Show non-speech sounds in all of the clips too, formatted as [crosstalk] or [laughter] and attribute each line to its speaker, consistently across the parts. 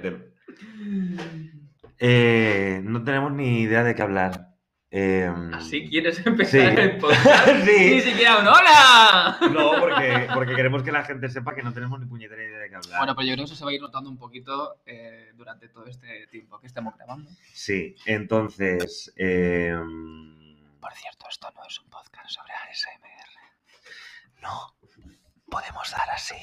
Speaker 1: tema. Mm. Eh, no tenemos ni idea de qué hablar.
Speaker 2: ¿Ah,
Speaker 1: Eh,
Speaker 2: [laughs] Así quieres empezar
Speaker 1: [laughs] Sí. [laughs]
Speaker 2: el podcast.
Speaker 1: sí.
Speaker 2: Ni siquiera un hola.
Speaker 1: No, porque, porque queremos que la gente sepa que no tenemos ni puñetera idea de qué hablar.
Speaker 2: [laughs] Bueno, pero yo creo que eso se va a ir notando un poquito eh, durante todo este tiempo que estamos grabando.
Speaker 1: Sí, entonces. eh,
Speaker 2: Por cierto, esto no es un podcast sobre ASMR. No. Podemos dar así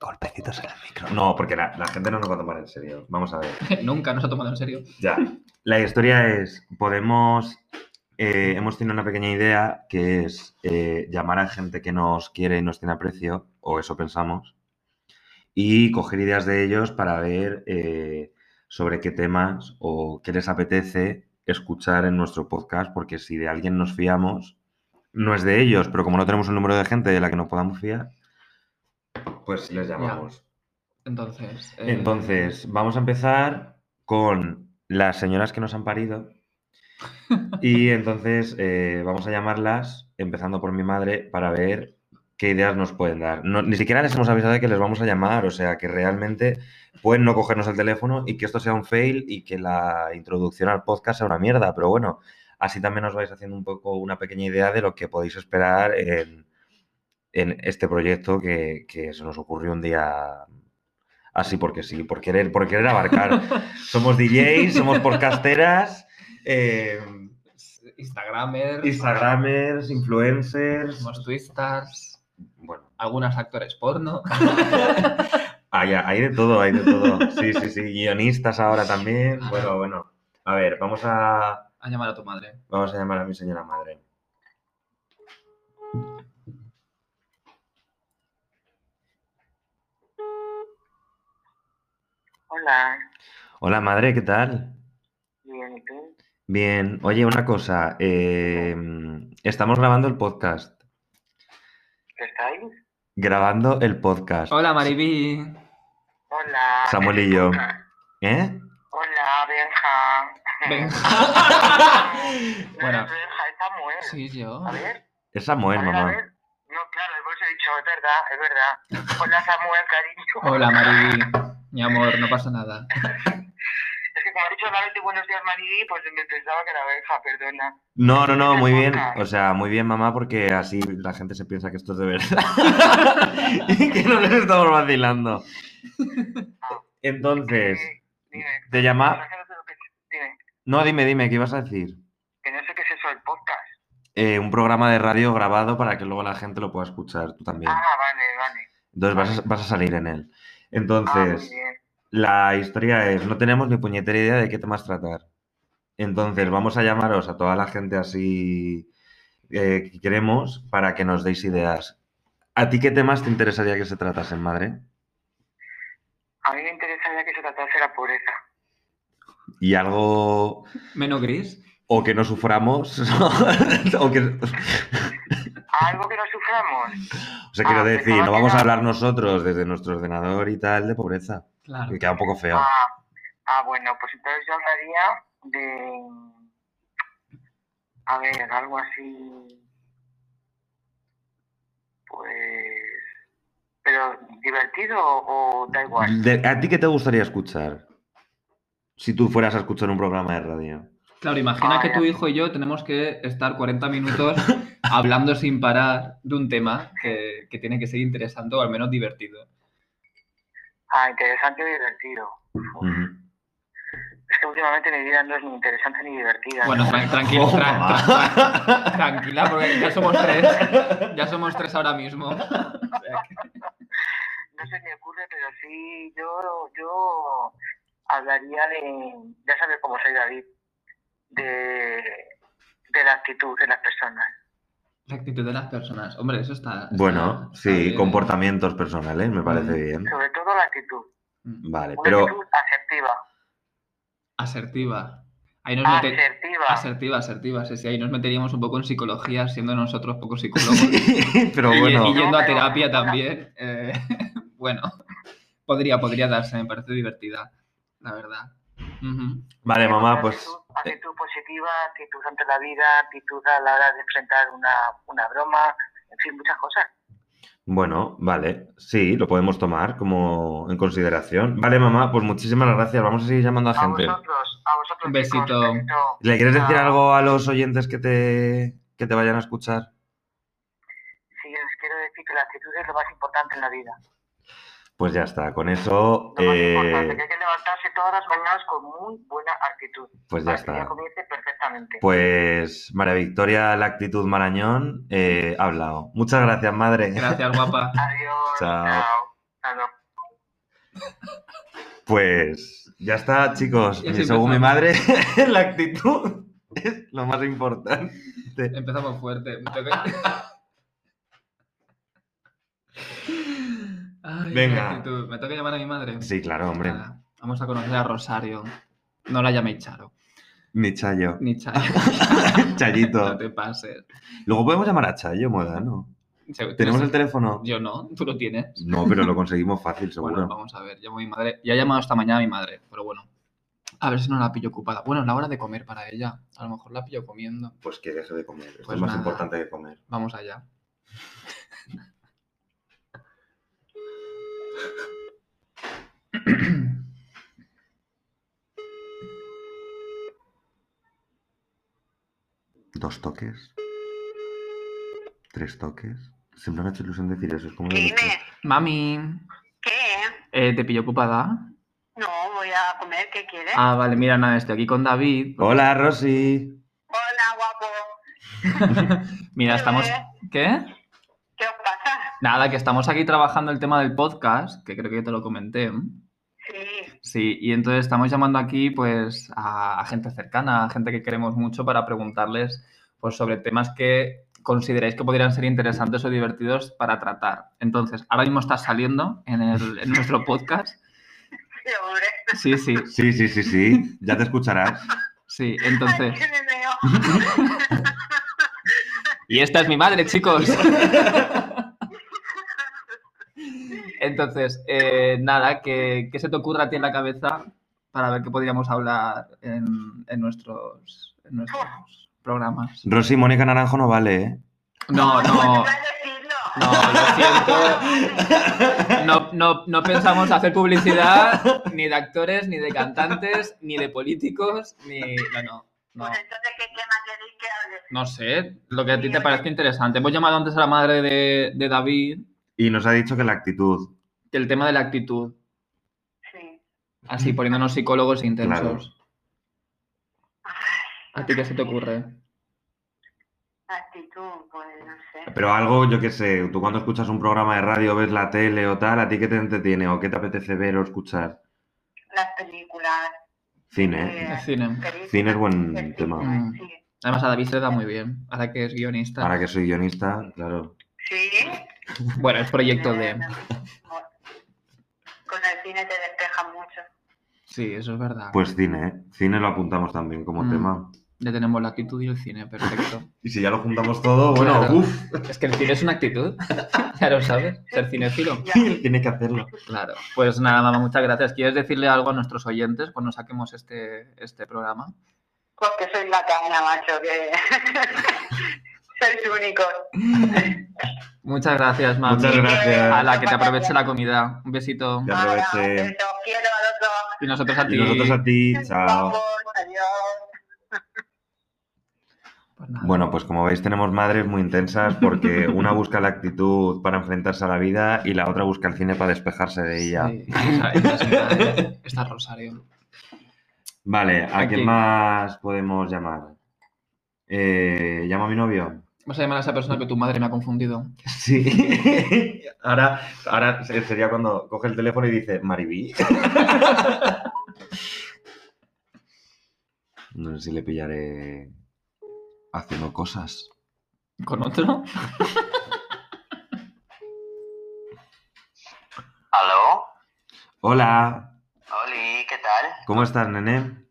Speaker 2: golpecitos en el
Speaker 1: no, porque la, la gente no nos va a tomar en serio. Vamos a ver.
Speaker 2: [laughs] Nunca nos ha tomado en serio.
Speaker 1: Ya. La historia es: podemos. eh, hemos tenido una pequeña idea que es eh, llamar a gente que nos quiere y nos tiene aprecio, o eso pensamos, y coger ideas de ellos para ver eh, sobre qué temas o qué les apetece escuchar en nuestro podcast, porque si de alguien nos fiamos, no es de ellos, pero como no tenemos un número de gente de la que nos podamos fiar, pues les llamamos.
Speaker 2: Entonces. eh,
Speaker 1: Entonces, vamos a empezar con las señoras que nos han parido. Y entonces eh, vamos a llamarlas, empezando por mi madre, para ver qué ideas nos pueden dar. No- ni siquiera les hemos avisado de que les vamos a llamar, o sea, que realmente pueden no cogernos el teléfono y que esto sea un fail y que la introducción al podcast sea una mierda. Pero bueno, así también os vais haciendo un poco una pequeña idea de lo que podéis esperar en, en este proyecto que, que se nos ocurrió un día así porque Ah, sí, por querer, por querer abarcar. somos DJs, somos podcasteras, eh,
Speaker 2: Instagramers.
Speaker 1: Instagramers, influencers.
Speaker 2: Somos twistars.
Speaker 1: Bueno,
Speaker 2: Algunas actores
Speaker 1: [laughs]
Speaker 2: porno.
Speaker 1: hay, hay de todo, hay de todo. Sí, sí, sí. Guionistas ahora también. Bueno, bueno. A ver, vamos a.
Speaker 2: A llamar a tu madre.
Speaker 1: Vamos a llamar a mi señora madre.
Speaker 3: Hola,
Speaker 1: Hola madre, ¿qué tal?
Speaker 3: bien, ¿y tú?
Speaker 1: Bien, oye, una cosa. eh, estamos grabando el podcast.
Speaker 3: ¿Qué estáis?
Speaker 1: Grabando el podcast.
Speaker 2: Hola, Mariby.
Speaker 3: Hola.
Speaker 1: Samuel y yo.
Speaker 3: Hola,
Speaker 1: ¿Eh?
Speaker 3: Hola, Benja.
Speaker 2: [laughs] Bueno.
Speaker 3: [laughs] No eres Benja, es Samuel.
Speaker 2: Sí, yo.
Speaker 3: A ver,
Speaker 1: Es
Speaker 3: a
Speaker 1: Samuel,
Speaker 3: ver, a
Speaker 1: mamá.
Speaker 3: ver. No, claro, hemos dicho, es verdad, es verdad. Hola, Samuel, cariño.
Speaker 2: Hola, Mariby. Mi amor, no pasa nada.
Speaker 3: Es que como ha dicho la vez de buenos días, Maribí, pues me pensaba que era Benja, perdona.
Speaker 1: No, no, no,
Speaker 3: el
Speaker 1: muy bien.
Speaker 3: podcast.
Speaker 1: O sea, muy bien, mamá, porque así la gente se piensa que esto es de verdad. [laughs] y que no les estamos vacilando. Entonces,
Speaker 3: Eh, Dime.
Speaker 1: te llama.
Speaker 3: Gracias a lo que- Dime,
Speaker 1: No, dime, dime, ¿qué ibas a decir?
Speaker 3: que no sé qué es eso del podcast.
Speaker 1: Eh, un programa de radio grabado para que luego la gente lo pueda escuchar, tú también.
Speaker 3: Ah, vale, vale.
Speaker 1: Entonces vas a, vas a salir en él.
Speaker 3: Ah, muy
Speaker 1: Entonces,
Speaker 3: bien.
Speaker 1: la historia es, no tenemos ni puñetera idea de qué temas tratar. Entonces, vamos a llamaros a toda la gente así eh, que queremos para que nos deis ideas. ¿A ti qué temas te interesaría que se tratasen, madre?
Speaker 3: A mí me interesaría que se tratase la pobreza.
Speaker 1: Y algo
Speaker 2: Menos gris.
Speaker 1: o que no suframos, [laughs] o que, o
Speaker 3: ¿Algo que no suframos?
Speaker 1: sea, quiero
Speaker 3: Ah,
Speaker 1: decir, no
Speaker 3: pensaba que
Speaker 1: vamos a
Speaker 3: era-
Speaker 1: hablar nosotros desde nuestro ordenador y tal de pobreza,
Speaker 2: Claro.
Speaker 1: que queda un poco feo.
Speaker 3: Ah, ah, bueno, pues entonces yo hablaría de. A ver, algo así. Pues. Pero, ¿divertido o da igual?
Speaker 1: De- ¿A ti qué te gustaría escuchar? Si tú fueras a escuchar un programa de radio.
Speaker 2: Claro, imagina
Speaker 3: Ah,
Speaker 2: que
Speaker 3: ya.
Speaker 2: tu hijo y yo tenemos que estar 40 minutos hablando sin parar de un tema que, que tiene que ser interesante o al menos divertido.
Speaker 3: Ah, interesante o divertido.
Speaker 1: Ujú.
Speaker 3: Es que últimamente mi vida no es ni interesante ni divertida.
Speaker 2: Bueno,
Speaker 3: ¿no?
Speaker 2: tran- tranquila,
Speaker 1: Oh,
Speaker 2: tran-
Speaker 1: mamá.
Speaker 2: tran- tranquila, porque ya somos tres. Ya somos tres ahora mismo. O sea que-
Speaker 3: no se me ocurre, pero sí, yo, yo hablaría de, ya sabes cómo soy David, de, de la actitud de las personas.
Speaker 2: La actitud de las personas. Hombre, eso está. está-
Speaker 1: Bueno,
Speaker 2: está
Speaker 1: sí,
Speaker 2: bien.
Speaker 1: comportamientos personales, me parece
Speaker 2: Ujú.
Speaker 1: bien.
Speaker 3: Sobre todo la actitud,
Speaker 2: Mm.
Speaker 1: Vale,
Speaker 3: una
Speaker 1: pero
Speaker 3: actitud asertiva.
Speaker 2: Asertiva. Ahí
Speaker 3: Ah,
Speaker 2: nos mete-
Speaker 3: Asertiva.
Speaker 2: Asertiva, asertiva, sí, sí. Ahí nos meteríamos un poco en psicología, siendo nosotros poco psicólogos.
Speaker 1: [laughs] pero
Speaker 2: y, y
Speaker 1: bueno,
Speaker 2: yendo a
Speaker 3: No, pero-
Speaker 2: terapia también. eh, [laughs] bueno, podría, podría darse, me parece divertida, la verdad. Ujú.
Speaker 1: vale, mamá,
Speaker 3: Una
Speaker 1: pues
Speaker 3: Actitud, actitud positiva, actitud ante la vida, actitud a la hora de enfrentar una, una broma, en fin, muchas cosas.
Speaker 1: Bueno, vale, sí, lo podemos tomar como en consideración. Vale, mamá, pues muchísimas gracias. Vamos a seguir llamando a
Speaker 4: A
Speaker 1: gente.
Speaker 4: vosotros, a vosotros.
Speaker 2: Un
Speaker 4: chicos,
Speaker 2: besito.
Speaker 4: un besito.
Speaker 1: ¿Le quieres decir
Speaker 4: Chao.
Speaker 1: algo a los oyentes que te, que te vayan a escuchar?
Speaker 4: Sí, les quiero decir que la actitud es lo más importante en la vida.
Speaker 1: Pues ya está, con eso,
Speaker 4: Lo más
Speaker 1: eh,
Speaker 4: importante, que hay que levantarse todas las mañanas con muy buena actitud.
Speaker 1: pues ya
Speaker 4: Para que el día
Speaker 1: está.
Speaker 4: comience perfectamente.
Speaker 1: Pues María Victoria, la actitud Marañón, eh, ha hablado. Muchas gracias, madre.
Speaker 2: Gracias,
Speaker 1: [laughs]
Speaker 2: guapa.
Speaker 4: Adiós.
Speaker 1: Chao.
Speaker 4: Chao. Hasta luego.
Speaker 1: Pues ya está, chicos.
Speaker 2: Ya
Speaker 1: Y
Speaker 2: se
Speaker 1: según mi
Speaker 2: empezó.
Speaker 1: madre, [laughs] la actitud es lo más importante.
Speaker 2: Empezamos fuerte. [laughs] Me toca- Ay,
Speaker 1: Venga.
Speaker 2: qué actitud. Me toca llamar a mi madre.
Speaker 1: Sí, claro, hombre.
Speaker 2: Nada, Vamos a conocer a Rosario. No la llaméis Charo,
Speaker 1: Mi Chayo.
Speaker 2: ni
Speaker 1: [laughs]
Speaker 2: Chayo.
Speaker 1: Chayito.
Speaker 2: No te pases.
Speaker 1: Luego podemos llamar a Chayo, Modano.
Speaker 2: Se-
Speaker 1: ¿Tenemos
Speaker 2: no
Speaker 1: el
Speaker 2: sé-
Speaker 1: teléfono?
Speaker 2: Yo no, tú lo tienes.
Speaker 1: No, pero lo conseguimos fácil, seguro.
Speaker 2: Bueno, vamos a ver. Llamo a mi madre. Ya he llamado esta mañana a mi madre, pero bueno. A ver si no la pillo ocupada. Bueno, es la hora de comer para ella. A lo mejor la pillo comiendo.
Speaker 1: Pues que deje de comer. Esto
Speaker 2: Pues
Speaker 1: es más
Speaker 2: nada.
Speaker 1: importante que comer.
Speaker 2: Vamos allá.
Speaker 1: Dos toques. Tres toques. Siempre me ha hecho ilusión decir eso. Es como...
Speaker 5: ¿Qué, Inés?
Speaker 2: Mami,
Speaker 5: ¿Qué?
Speaker 2: eh, ¿te pillo ocupada?
Speaker 5: No, voy a comer, ¿qué quieres?
Speaker 2: Ah, vale, mira, nada, estoy aquí con David.
Speaker 1: Hola, Rosy.
Speaker 5: Hola, guapo.
Speaker 2: Mira,
Speaker 5: ¿Qué
Speaker 2: estamos.
Speaker 5: ves?
Speaker 2: ¿Qué?
Speaker 5: ¿Qué os pasa?
Speaker 2: Nada, que estamos aquí trabajando el tema del podcast, que creo que te lo comenté.
Speaker 5: Sí,
Speaker 2: Sí, y entonces estamos llamando aquí pues a, a gente cercana, a gente que queremos mucho para preguntarles pues sobre temas que consideráis que podrían ser interesantes o divertidos para tratar. Entonces, ahora mismo estás saliendo en, el- en nuestro podcast.
Speaker 5: sí, hombre.
Speaker 2: Sí, sí,
Speaker 1: Sí, sí, sí, sí. Ya te escucharás.
Speaker 2: sí.
Speaker 5: Ay,
Speaker 2: Entonces,
Speaker 5: que me veo.
Speaker 2: y esta es mi madre, chicos. [laughs] Entonces, eh, nada, que ¿qué se te ocurra a ti en la cabeza para ver qué podríamos hablar en, en nuestros, en nuestros programas?
Speaker 1: Rosy, Mónica Naranjo no vale, ¿eh?
Speaker 2: [laughs] No, no,
Speaker 5: Voy a decirlo.
Speaker 2: [laughs] no, lo siento. No, no, no pensamos hacer publicidad ni de actores, ni de cantantes, ni de políticos, ni... No, no, no.
Speaker 5: Pues entonces, ¿qué tema queréis que hable?
Speaker 2: No sé, lo que a ti te parezca interesante. Hemos llamado antes a la madre de, de David
Speaker 1: Y nos ha dicho que la actitud.
Speaker 2: del tema de la actitud,
Speaker 5: Sí.
Speaker 2: así poniéndonos psicólogos e intensos. ¿A ti qué se te ocurre?
Speaker 5: Actitud, pues no sé.
Speaker 1: Pero algo, yo qué sé, tú cuando escuchas un programa de radio, ves la tele o tal, ¿a ti qué te entretiene o qué te apetece ver o escuchar?
Speaker 5: Las películas.
Speaker 1: Cine. ¿eh?
Speaker 2: El cine.
Speaker 5: películas,
Speaker 1: Cine es buen
Speaker 5: películas,
Speaker 1: tema.
Speaker 2: Mm.
Speaker 5: Sí.
Speaker 2: Además a David se le da muy bien, ahora que es guionista.
Speaker 1: Ahora que soy guionista, claro.
Speaker 5: Sí.
Speaker 2: Bueno, es proyecto de...
Speaker 5: Con el cine te despejas mucho.
Speaker 2: Sí, eso es verdad.
Speaker 1: Pues cine, ¿eh? Cine lo apuntamos también como
Speaker 2: Mm.
Speaker 1: tema.
Speaker 2: Ya tenemos la actitud y el cine, perfecto.
Speaker 1: Y si ya lo juntamos todo, bueno,
Speaker 2: Claro.
Speaker 1: uff,
Speaker 2: Es que el cine es una actitud, [laughs] ya lo sabes, ser cinefilo.
Speaker 5: Ya.
Speaker 1: [laughs] tiene que hacerlo.
Speaker 2: Claro. Pues nada, mamá, muchas gracias. ¿Quieres decirle algo a nuestros oyentes cuando saquemos este, este programa?
Speaker 5: Pues que sois la cadena, macho, que [laughs] sois únicos.
Speaker 2: Muchas gracias, mami.
Speaker 1: Muchas gracias.
Speaker 2: A la que te aproveche la comida. Un besito.
Speaker 1: Que
Speaker 5: Ahora,
Speaker 1: aproveche.
Speaker 5: eso, quiero al otro.
Speaker 2: Y nosotros a ti.
Speaker 1: Y nosotros a ti, chao.
Speaker 5: Vamos, adiós.
Speaker 2: Pues nada.
Speaker 1: Bueno, pues como veis tenemos madres muy intensas porque una busca la actitud para enfrentarse a la vida y la otra busca el cine para despejarse de ella.
Speaker 2: [laughs] Sí, esa- esa es mi madre. Está Rosario.
Speaker 1: Vale, ¿a
Speaker 2: Aquí.
Speaker 1: quién más podemos llamar? Eh, ¿Llamo a mi novio?
Speaker 2: Vas a llamar a esa persona que tu madre me ha confundido.
Speaker 1: Sí. [laughs] Ahora, ahora se- sería cuando coge el teléfono y dice, Maribí. [laughs] No sé si le pillaré haciendo cosas.
Speaker 2: ¿Con otro?
Speaker 4: ¿Aló?
Speaker 1: Hola,
Speaker 4: Oli, ¿qué tal?
Speaker 1: ¿cómo estás, nene?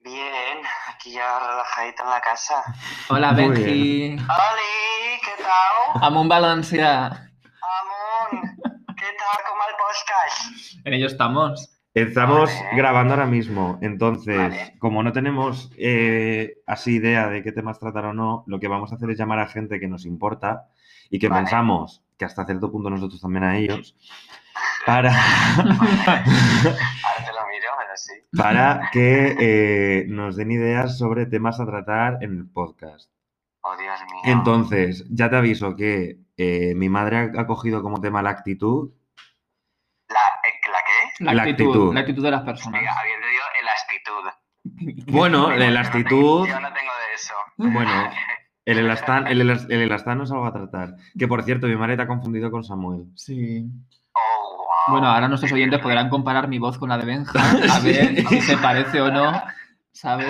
Speaker 4: Bien, aquí ya relajadita en la casa.
Speaker 2: Hola,
Speaker 1: Muy
Speaker 2: Benji.
Speaker 4: Oli, ¿qué tal?
Speaker 2: Amo un Valencia.
Speaker 4: Amón, ¿qué tal? ¿Cómo el podcast?
Speaker 2: En ello estamos.
Speaker 1: Estamos
Speaker 4: Vale.
Speaker 1: grabando ahora mismo, entonces,
Speaker 4: Vale.
Speaker 1: como no tenemos eh, así idea de qué temas tratar o no, lo que vamos a hacer es llamar a gente que nos importa y que
Speaker 4: Vale.
Speaker 1: pensamos que hasta cierto punto nosotros también a ellos, para,
Speaker 3: Ahora te lo miro, ahora sí.
Speaker 1: para que eh, nos den ideas sobre temas a tratar en el podcast.
Speaker 3: Oh, Dios mío.
Speaker 1: Entonces, ya te aviso que eh, mi madre ha- ha cogido como tema la actitud.
Speaker 3: ¿La, eh, ¿la qué?
Speaker 2: La,
Speaker 1: La
Speaker 2: actitud,
Speaker 1: actitud.
Speaker 2: la actitud de las personas.
Speaker 3: Mira, había entendido el actitud.
Speaker 1: Bueno,
Speaker 3: Yo
Speaker 1: la
Speaker 3: no
Speaker 1: actitud...
Speaker 3: tengo- Yo no tengo de eso.
Speaker 1: Bueno, el elastán, el, elas- el elastano es algo a tratar. Que por cierto, mi madre te ha confundido con Samuel.
Speaker 2: Sí.
Speaker 3: [laughs] Oh, wow.
Speaker 2: Bueno, ahora nuestros oyentes podrán comparar mi voz con la
Speaker 1: [laughs]
Speaker 2: de Benja, a ver si se parece o no, ¿sabes?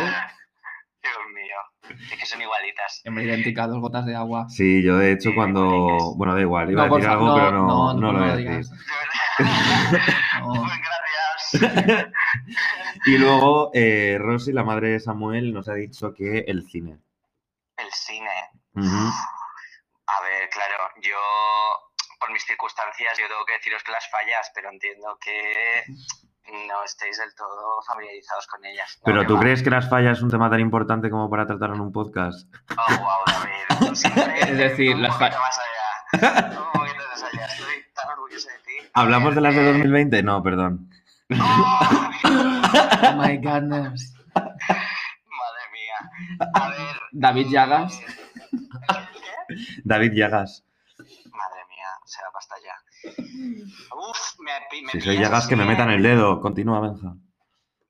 Speaker 3: Dios mío. Es que son igualitas.
Speaker 2: Hemos identificado dos gotas de agua.
Speaker 1: Sí, yo de hecho
Speaker 3: Sí,
Speaker 1: cuando.
Speaker 3: maricas.
Speaker 1: Bueno, da igual, iba a
Speaker 2: por
Speaker 1: decir
Speaker 2: fa-
Speaker 1: algo, pero no, no lo voy a decir.
Speaker 2: digas.
Speaker 3: De verdad. [laughs]
Speaker 2: No.
Speaker 3: Pues gracias.
Speaker 1: Y luego, eh, Rosy, la madre de Samuel, nos ha dicho que el cine.
Speaker 3: El cine.
Speaker 1: Ujú.
Speaker 3: A ver, claro, yo por mis circunstancias yo tengo que deciros que las fallas, pero entiendo que no estéis del todo familiarizados con ellas. No,
Speaker 1: Pero
Speaker 3: que
Speaker 1: ¿tú
Speaker 3: va.
Speaker 1: crees que las fallas es un tema tan importante como para tratarlo en un podcast?
Speaker 3: Oh, wow, David.
Speaker 2: [laughs]
Speaker 3: Siempre
Speaker 2: Es decir,
Speaker 3: un
Speaker 2: las
Speaker 3: poquito
Speaker 2: fa-
Speaker 3: más allá. Un poquito más allá. Estoy tan orgulloso de ti.
Speaker 1: ¿Hablamos de las de 2020? No, perdón.
Speaker 3: ¡Oh!
Speaker 2: Oh my goodness.
Speaker 3: Madre mía. A ver.
Speaker 2: David Llagas.
Speaker 3: eh,
Speaker 1: David Llagas.
Speaker 3: Madre mía, se va basta ya. Uf, me, pi- me
Speaker 1: Si soy
Speaker 3: pillas,
Speaker 1: Llagas, que me
Speaker 3: eh.
Speaker 1: metan el dedo. Continúa, Benja.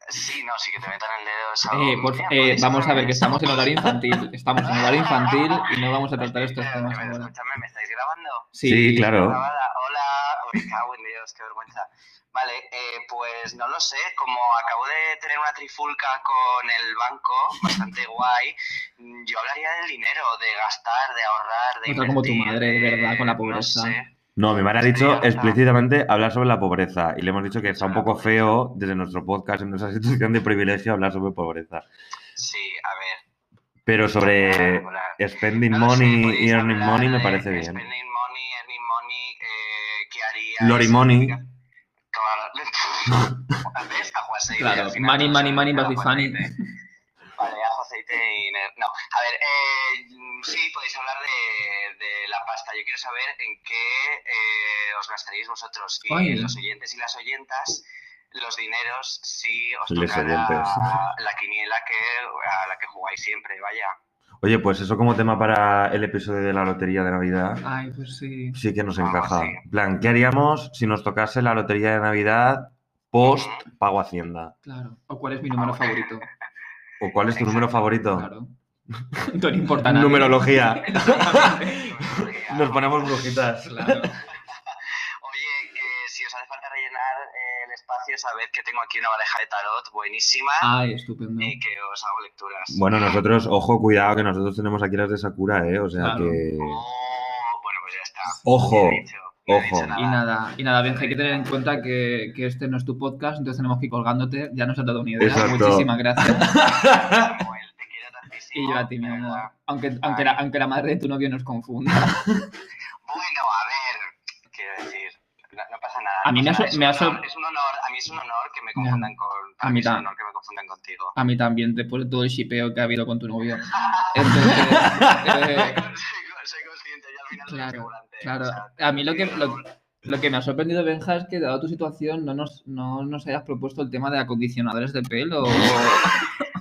Speaker 3: Sí, no, sí que te metan el dedo. es algo-
Speaker 2: Eh, por-
Speaker 3: Mira,
Speaker 2: eh,
Speaker 3: podéis
Speaker 2: vamos a ver,
Speaker 3: hacer
Speaker 2: que
Speaker 3: eso.
Speaker 2: estamos en horario infantil. Estamos en horario infantil y no vamos a tratar estos
Speaker 3: Eh,
Speaker 2: temas
Speaker 3: pero
Speaker 2: ahora.
Speaker 3: Escúchame, ¿me estáis grabando?
Speaker 1: Sí, claro.
Speaker 3: Grabada. Hola, [laughs] me cago en Dios, qué vergüenza. Vale, eh, pues no lo sé, como acabo de tener una trifulca con
Speaker 2: [laughs]
Speaker 3: el banco, bastante guay, mm, yo hablaría del dinero, de gastar, de ahorrar, de
Speaker 2: Otra como tu
Speaker 3: invertir,
Speaker 2: madre, de verdad, con la
Speaker 3: no
Speaker 2: pobreza.
Speaker 3: sé.
Speaker 1: No, mi madre ha
Speaker 3: Sí,
Speaker 1: dicho
Speaker 3: ahora está.
Speaker 1: explícitamente hablar sobre la pobreza y le hemos dicho que está un poco feo desde nuestro podcast, en nuestra [laughs] situación de privilegio, hablar sobre pobreza.
Speaker 3: Sí, a ver.
Speaker 1: Pero sobre
Speaker 3: Hola.
Speaker 1: spending
Speaker 3: No lo sé,
Speaker 1: money y
Speaker 3: podéis
Speaker 1: earning
Speaker 3: hablar
Speaker 1: money me
Speaker 3: de
Speaker 1: parece bien.
Speaker 3: Spending money, earning money, eh, ¿qué harías?
Speaker 1: Lori money.
Speaker 3: Claro. [laughs] ¿Ves? Ajo aceite,
Speaker 2: Claro,
Speaker 3: al final,
Speaker 2: money,
Speaker 3: no
Speaker 2: money,
Speaker 3: sé,
Speaker 2: money,
Speaker 3: ajo
Speaker 2: baby funny.
Speaker 3: aceite. Vale, ajo aceite y... ne- No, a ver, eh, mm, sí, podéis hablar de, de la pasta. Yo quiero saber en qué eh, os gastaréis vosotros y
Speaker 2: Ay.
Speaker 3: los oyentes y las oyentas los dineros si os
Speaker 1: Les
Speaker 3: toca
Speaker 1: oyentes.
Speaker 3: la, la quiniela que, a la que jugáis siempre, vaya.
Speaker 1: Oye, pues eso como tema para el episodio de la lotería de Navidad
Speaker 2: Ay, pues sí.
Speaker 1: sí que nos
Speaker 3: Ah,
Speaker 1: encaja.
Speaker 3: sí.
Speaker 1: En plan, ¿qué haríamos si nos tocase la lotería de Navidad post pago Hacienda?
Speaker 2: Claro. ¿O cuál es mi número favorito?
Speaker 1: ¿O cuál es tu número favorito?
Speaker 2: Claro. [laughs] No le importa nada. [laughs]
Speaker 1: Numerología. [laughs] Nos
Speaker 3: Nos
Speaker 1: ponemos brujitas.
Speaker 2: Claro.
Speaker 3: Oye, que si os hace falta rellenar eh, el espacio, sabed que tengo aquí una baraja de tarot buenísima
Speaker 2: Ay, Ah, estupendo.
Speaker 3: y que os hago lecturas.
Speaker 1: Ah. Bueno, nosotros, ojo, cuidado, que nosotros tenemos aquí las de Sakura, ¿eh? O sea
Speaker 2: Claro.
Speaker 1: que...
Speaker 3: Oh, bueno, pues ya está.
Speaker 1: Ojo,
Speaker 3: No he dicho- no he
Speaker 1: ojo.
Speaker 3: dicho
Speaker 2: Y
Speaker 3: nada. [laughs]
Speaker 2: nada, y nada, Benja, hay que tener en cuenta que, que este no es tu podcast, entonces tenemos que ir colgándote. Ya nos has dado una idea.
Speaker 1: Exacto.
Speaker 2: Muchísimas gracias.
Speaker 3: Samuel, te quiero tantísimo,
Speaker 2: Y yo a ti, mi
Speaker 3: de
Speaker 2: amor.
Speaker 3: verdad.
Speaker 2: Aunque, aunque, la, aunque la madre de tu novio nos confunda.
Speaker 3: Bueno, a ver, quiero decir, no, no pasa nada.
Speaker 2: A
Speaker 3: no
Speaker 2: mí me
Speaker 3: pasa
Speaker 2: ha
Speaker 3: nada,
Speaker 2: so- me ha
Speaker 3: es, un
Speaker 2: so-
Speaker 3: honor, es un honor, a mí es un honor que me confundan con...
Speaker 2: A
Speaker 3: mí es un
Speaker 2: mitad.
Speaker 3: honor que me confundan contigo.
Speaker 2: [laughs]
Speaker 3: [laughs]
Speaker 2: A mí también, después de todo el shipeo que ha habido con tu novio. Entonces, eh,
Speaker 3: soy, soy consciente, yo al final soy
Speaker 2: Claro,
Speaker 3: figurante.
Speaker 2: claro.
Speaker 3: o sea,
Speaker 2: A mí lo que-
Speaker 3: sí,
Speaker 2: lo- lo que me ha sorprendido, Benja, es que dado tu situación, no nos, no nos hayas propuesto el tema de acondicionadores de pelo. o-
Speaker 3: [laughs]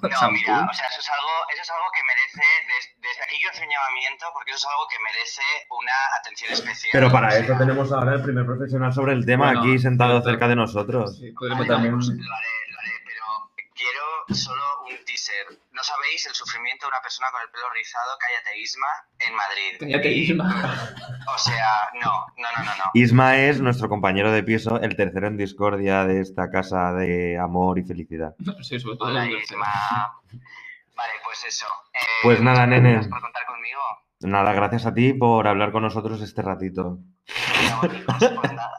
Speaker 3: No,
Speaker 2: shampoo.
Speaker 3: mira, o sea, eso es algo, eso es algo que merece, des- desde aquí quiero hacer un llamamiento, porque eso es algo que merece una atención especial.
Speaker 1: Pero para
Speaker 3: O sea,
Speaker 1: eso tenemos ahora el primer profesional sobre el tema
Speaker 2: Bueno,
Speaker 1: aquí sentado
Speaker 2: cierto.
Speaker 1: cerca de nosotros.
Speaker 2: Sí,
Speaker 3: vale,
Speaker 2: podemos
Speaker 3: vale,
Speaker 2: también.
Speaker 3: pues lo haré, lo haré, pero quiero solo un teaser. No sabéis el sufrimiento de una persona con el pelo rizado, cállate Isma, en Madrid.
Speaker 2: Cállate,
Speaker 3: Y-
Speaker 2: Isma.
Speaker 3: O sea, no, no, no, no, no.
Speaker 1: Isma es nuestro compañero de piso, el tercero en discordia de esta casa de amor y felicidad.
Speaker 2: [laughs] Sí, sobre todo.
Speaker 3: Hola, Isma. Vale, pues eso. Eh,
Speaker 1: Pues nada,
Speaker 3: muchas
Speaker 1: nene.
Speaker 3: gracias por contar conmigo.
Speaker 1: Nada, gracias a ti por hablar con nosotros este ratito.
Speaker 3: Mira, bonitos,
Speaker 1: [laughs]
Speaker 3: pues nada.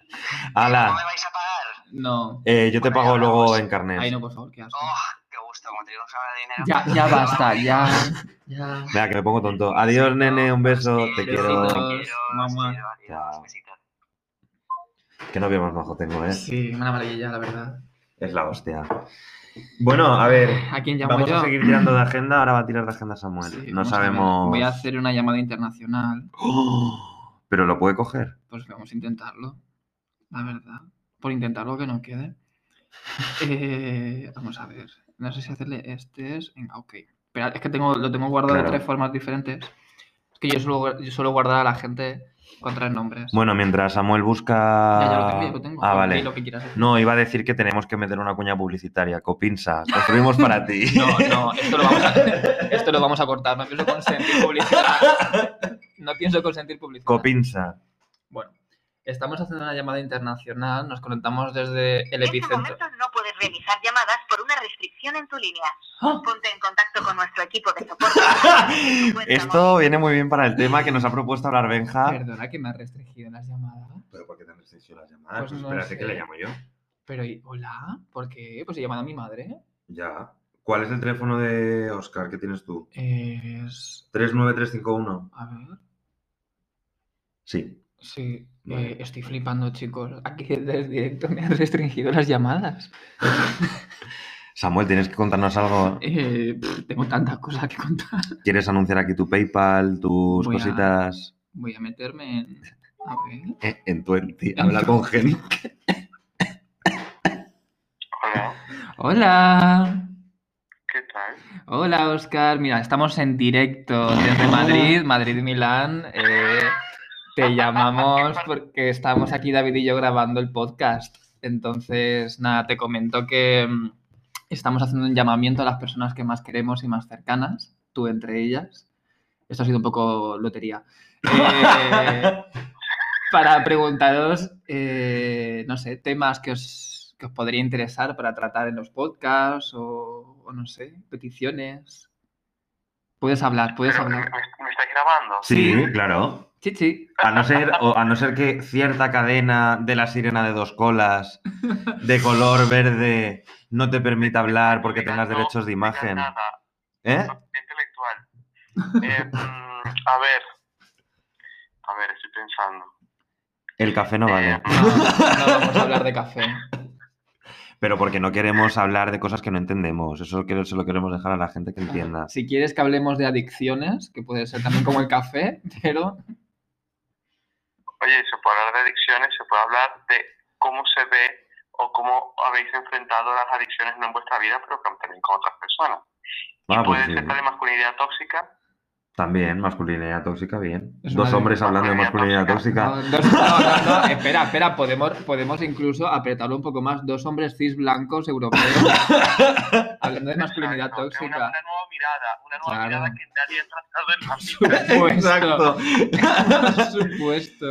Speaker 3: ¿Cómo me
Speaker 1: Ala,
Speaker 3: vais a pagar?
Speaker 2: No.
Speaker 1: eh, yo te
Speaker 3: Bueno, ya
Speaker 1: pago luego
Speaker 3: hablamos.
Speaker 1: en
Speaker 2: Ay,
Speaker 1: carnet.
Speaker 2: no, por favor, qué asco.
Speaker 3: Oh, qué gusto, como te digo, que habla de
Speaker 2: Ya,
Speaker 3: dinero.
Speaker 2: ya basta, ya. ya.
Speaker 1: Mira, que me pongo tonto. Adiós, nene, un beso, te quiero.
Speaker 2: Besitos.
Speaker 3: Te quiero,
Speaker 2: Mamá.
Speaker 3: te quiero, adiós,
Speaker 1: Chao.
Speaker 3: besitos.
Speaker 1: Que no más bajo tengo, ¿eh?
Speaker 2: Sí, una maravilla, la verdad.
Speaker 1: Es la hostia. Bueno, a ver,
Speaker 2: ¿A quién llamo
Speaker 1: vamos
Speaker 2: yo?
Speaker 1: a seguir tirando de agenda. Ahora va a tirar de agenda Samuel.
Speaker 2: Sí,
Speaker 1: No
Speaker 2: vamos a ver.
Speaker 1: sabemos.
Speaker 2: Voy a hacer una llamada internacional.
Speaker 1: ¡Oh! pero lo puede coger.
Speaker 2: Pues vamos a intentarlo, la verdad. Por intentarlo que no [laughs] quede. Eh, vamos a ver. No sé si hacerle este es. Venga, ok. Espera, es que tengo, lo tengo guardado
Speaker 1: Claro.
Speaker 2: de tres formas diferentes. Es que yo suelo, yo suelo guardar a la gente con tres nombres.
Speaker 1: Bueno, mientras Samuel busca.
Speaker 2: ya, ya lo tengo, ya lo tengo.
Speaker 1: Ah,
Speaker 2: Di
Speaker 1: vale.
Speaker 2: Lo que quieras decir.
Speaker 1: No, iba a decir que tenemos que meter una cuña publicitaria. Copinsa, construimos para ti.
Speaker 2: [laughs] No, no, esto lo vamos a, esto lo vamos a cortar. No pienso consentir publicidad. No pienso consentir publicidad.
Speaker 1: Copinsa.
Speaker 2: Bueno, estamos haciendo una llamada internacional. Nos conectamos desde el
Speaker 5: En estos
Speaker 2: epicentro.
Speaker 5: momentos no puedes realizar llamadas por una restricción en tu línea.
Speaker 2: Ah.
Speaker 5: Ponte en contacto con nuestro equipo de soporte.
Speaker 1: Esto viene muy bien para el tema que nos ha propuesto hablar Benja.
Speaker 2: Perdona que me ha restringido las llamadas.
Speaker 1: ¿Pero por qué te han restringido las llamadas?
Speaker 2: Pues no sé.
Speaker 1: yo.
Speaker 2: Pero, ¿y- hola? ¿Por qué? Pues he llamado a mi madre.
Speaker 1: Ya. ¿Cuál es el teléfono de Oscar que tienes tú?
Speaker 2: Es.
Speaker 1: 39351.
Speaker 2: A ver.
Speaker 1: Sí.
Speaker 2: Sí.
Speaker 1: Vale.
Speaker 2: eh, estoy flipando, chicos. Aquí desde el directo me han restringido las llamadas.
Speaker 1: Samuel, tienes que contarnos algo.
Speaker 2: Eh, pff, tengo tantas cosas que contar.
Speaker 1: ¿Quieres anunciar aquí tu PayPal, tus
Speaker 2: Voy a-
Speaker 1: cositas?
Speaker 2: Voy a meterme en. A ver.
Speaker 1: Eh, En Twenty. Habla con gente.
Speaker 4: Hola,
Speaker 2: ¡Hola!
Speaker 4: ¿qué tal?
Speaker 2: Hola, Oscar. Mira, estamos en directo desde Madrid, Madrid-Milán. Eh, te llamamos porque estamos aquí, David y yo, grabando el podcast. Entonces, nada, te comento que mm, estamos haciendo un llamamiento a las personas que más queremos y más cercanas, tú entre ellas. Esto ha sido un poco lotería. Eh, para preguntaros, eh, no sé, temas que os, que os podría interesar para tratar en los podcasts o, o no sé, peticiones. Puedes hablar, puedes
Speaker 4: Pero,
Speaker 2: hablar.
Speaker 4: ¿me, me- me estáis grabando?
Speaker 1: Sí,
Speaker 2: Sí.
Speaker 1: claro.
Speaker 2: Sí, sí.
Speaker 1: A no, ser, o a no ser que cierta cadena de la sirena de dos colas, de color verde, no te permita hablar porque tengas
Speaker 4: No,
Speaker 1: derechos de
Speaker 4: no digas
Speaker 1: imagen.
Speaker 4: nada,
Speaker 1: ¿Eh?
Speaker 4: propiedad intelectual. Eh, mm, a ver. A ver, estoy pensando.
Speaker 1: El café no
Speaker 4: Eh,
Speaker 1: vale.
Speaker 2: No, no vamos a hablar de café.
Speaker 1: Pero porque no queremos hablar de cosas que no entendemos. Eso que- se lo queremos dejar a la gente que entienda.
Speaker 2: Si quieres que hablemos de adicciones, que puede ser también como el café, [laughs] pero
Speaker 4: Oye, se puede hablar de adicciones, se puede hablar de cómo se ve o cómo habéis enfrentado las adicciones no en vuestra vida, pero también con otras personas.
Speaker 1: Ah, pues
Speaker 4: puede
Speaker 1: sí.
Speaker 4: ser de masculinidad tóxica.
Speaker 1: También, masculinidad tóxica, bien.
Speaker 2: Es
Speaker 1: Dos
Speaker 2: una-
Speaker 1: hombres hablando de masculinidad
Speaker 4: masculinidad
Speaker 1: tóxica.
Speaker 2: No, dos- no, no, no, espera, espera, podemos, podemos incluso apretarlo un poco más. Dos hombres cis blancos europeos hablando de masculinidad
Speaker 4: Exacto, es Una,
Speaker 2: tóxica.
Speaker 4: una nueva mirada, una nueva
Speaker 2: Claro.
Speaker 4: mirada que nadie ha tratado
Speaker 2: [laughs] Por
Speaker 4: en la vida.
Speaker 2: supuesto,
Speaker 1: [laughs] Exacto.
Speaker 2: [laughs] por supuesto.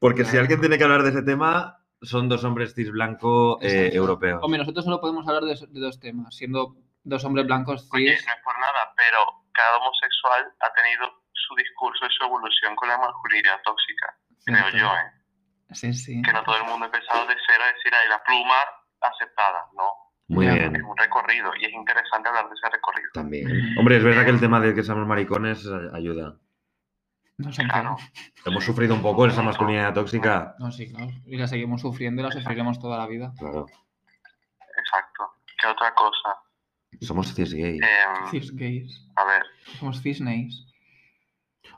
Speaker 1: Porque si alguien tiene que hablar de ese tema, son dos hombres cis blanco eh,
Speaker 2: Exacto.
Speaker 1: europeos.
Speaker 2: Hombre, nosotros solo podemos hablar de, de dos temas, siendo dos hombres blancos
Speaker 4: Oye,
Speaker 2: cis.
Speaker 4: no es por nada, pero cada homosexual ha tenido su discurso y su evolución con la masculinidad tóxica, creo
Speaker 2: Exacto.
Speaker 4: yo, ¿eh?
Speaker 2: Sí, sí.
Speaker 4: Que no todo el mundo ha empezado de cero a decir, ay, la pluma aceptada, no.
Speaker 1: Muy
Speaker 2: Ya.
Speaker 1: bien.
Speaker 4: Es un recorrido y es interesante hablar de ese recorrido.
Speaker 1: También. Hombre, es verdad que el tema de que seamos maricones eh, ayuda.
Speaker 2: No sé
Speaker 4: Claro.
Speaker 1: Hemos sufrido un poco esa masculinidad tóxica.
Speaker 2: No, sí, claro. Y la seguimos sufriendo y la sufriremos toda la vida.
Speaker 1: Claro.
Speaker 4: Exacto. ¿Qué otra cosa?
Speaker 1: Somos cis gay.
Speaker 4: Em,
Speaker 2: Cis gays.
Speaker 4: a ver,
Speaker 2: Somos cisneis.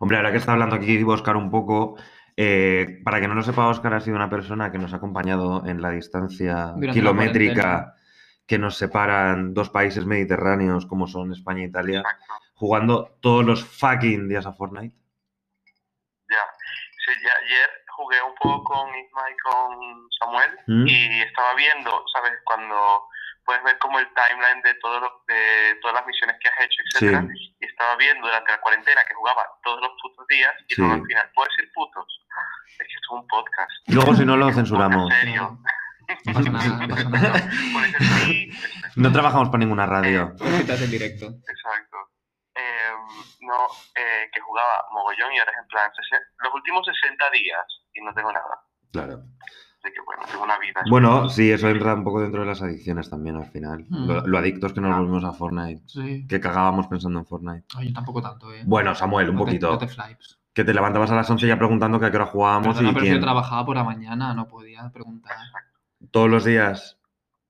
Speaker 1: Hombre, ahora que está hablando aquí Oscar un poco, eh, para que no lo sepa, Oscar ha sido una persona que nos ha acompañado en la distancia
Speaker 2: Durante la
Speaker 1: kilométrica
Speaker 2: cuarentena.
Speaker 1: que nos separan dos países mediterráneos como son España e Italia,
Speaker 4: exacto.
Speaker 1: jugando todos los fucking días a Fortnite.
Speaker 4: Ya. Sí, ya ayer jugué un poco con Isma y con Samuel
Speaker 1: ¿Mm?
Speaker 4: y estaba viendo, ¿sabes? Cuando puedes ver como el timeline de, todo lo- de todas las misiones que has hecho, etcétera. Y estaba viendo durante la cuarentena que jugaba todos los putos días y
Speaker 1: Sí.
Speaker 4: luego al final, ¿puedo decir putos? Es que esto es un podcast.
Speaker 1: Luego, si no, lo censuramos.
Speaker 4: ¿En serio?
Speaker 2: No pasa nada, no pasa nada.
Speaker 4: [laughs] Por eso sí,
Speaker 1: No trabajamos para ninguna radio.
Speaker 2: Estás en directo.
Speaker 4: Exacto. Eh, no, eh, que jugaba mogollón y ahora es en plan, sesen- los últimos 60 días y no tengo nada.
Speaker 1: Claro.
Speaker 4: Así que bueno, tengo una vida.
Speaker 1: Bueno, sí, eso entra un poco dentro de las adicciones también al final.
Speaker 2: Mm.
Speaker 1: Lo, lo adictos que nos volvimos a Fortnite.
Speaker 2: Sí.
Speaker 1: Que cagábamos pensando en Fortnite.
Speaker 2: Ay, yo tampoco tanto, eh.
Speaker 1: Bueno, Samuel, un
Speaker 2: No te-
Speaker 1: poquito.
Speaker 2: no te flipes.
Speaker 1: Que te levantabas a las 11 ya preguntando que a qué hora jugábamos
Speaker 2: Perdona,
Speaker 1: y
Speaker 2: pero si
Speaker 1: quién.
Speaker 2: yo trabajaba por la mañana, no podía preguntar.
Speaker 1: Todos los días.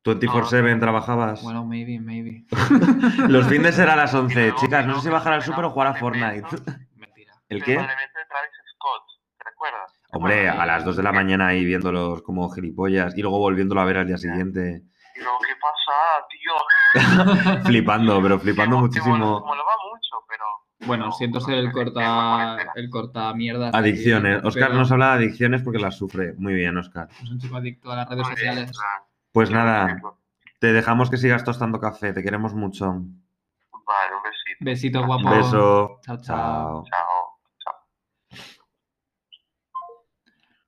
Speaker 1: 24-7 trabajabas.
Speaker 2: Ah, Bueno, maybe, maybe.
Speaker 1: [laughs] Los fines era a
Speaker 2: [laughs]
Speaker 1: las 11.
Speaker 4: luego,
Speaker 1: Chicas, no
Speaker 4: luego
Speaker 1: sé si bajar al
Speaker 4: esperaba
Speaker 1: súper o jugar a
Speaker 4: un momento.
Speaker 1: Fortnite.
Speaker 2: Mentira.
Speaker 1: [laughs] ¿El qué?
Speaker 4: Probablemente de Travis Scott. ¿Te acuerdo.
Speaker 1: Hombre, a las 2 de
Speaker 2: [laughs]
Speaker 1: la mañana ahí viéndolos como gilipollas y luego volviéndolo a ver al día siguiente,
Speaker 4: Y lo que pasa, tío?
Speaker 1: flipando, pero
Speaker 2: [laughs]
Speaker 1: flipando
Speaker 4: Que este mo- que mol-
Speaker 1: muchísimo.
Speaker 4: Molaba mucho, pero...
Speaker 2: Bueno,
Speaker 4: pero-
Speaker 2: siento ser el corta, el corta mierda.
Speaker 1: Adicciones. Oscar
Speaker 2: Pero
Speaker 1: nos habla de adicciones porque las sufre. Muy bien, Oscar.
Speaker 2: Es un chico adicto a las redes
Speaker 4: Muy bien,
Speaker 2: sociales.
Speaker 4: Fran.
Speaker 1: Pues
Speaker 4: Yo lo
Speaker 1: nada,
Speaker 4: entiendo.
Speaker 1: te dejamos que sigas tostando café. Te queremos mucho.
Speaker 4: Vale, un besito.
Speaker 2: Besito
Speaker 1: Un
Speaker 2: guapo.
Speaker 1: beso.
Speaker 2: Chao, chao.
Speaker 1: Chao.
Speaker 4: Chao.